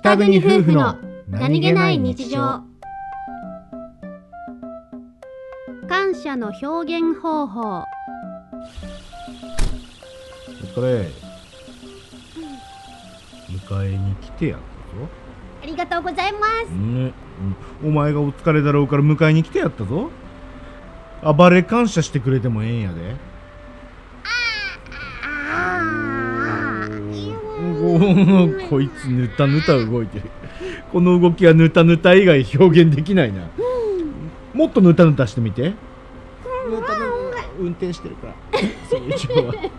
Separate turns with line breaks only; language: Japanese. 北国夫婦の何気ない日常感謝の表現方法
お疲れ、迎えに来てやった
ありがとうございます
ぞね、うんお前がお疲れだろうから迎えに来てやったぞ暴れ感謝してくれてもええんやで
あ
おおこいつぬたぬた動いてるこの動きはぬたぬた以外表現できないなもっとぬたぬたしてみてぬたぬた運転してるからそのうちは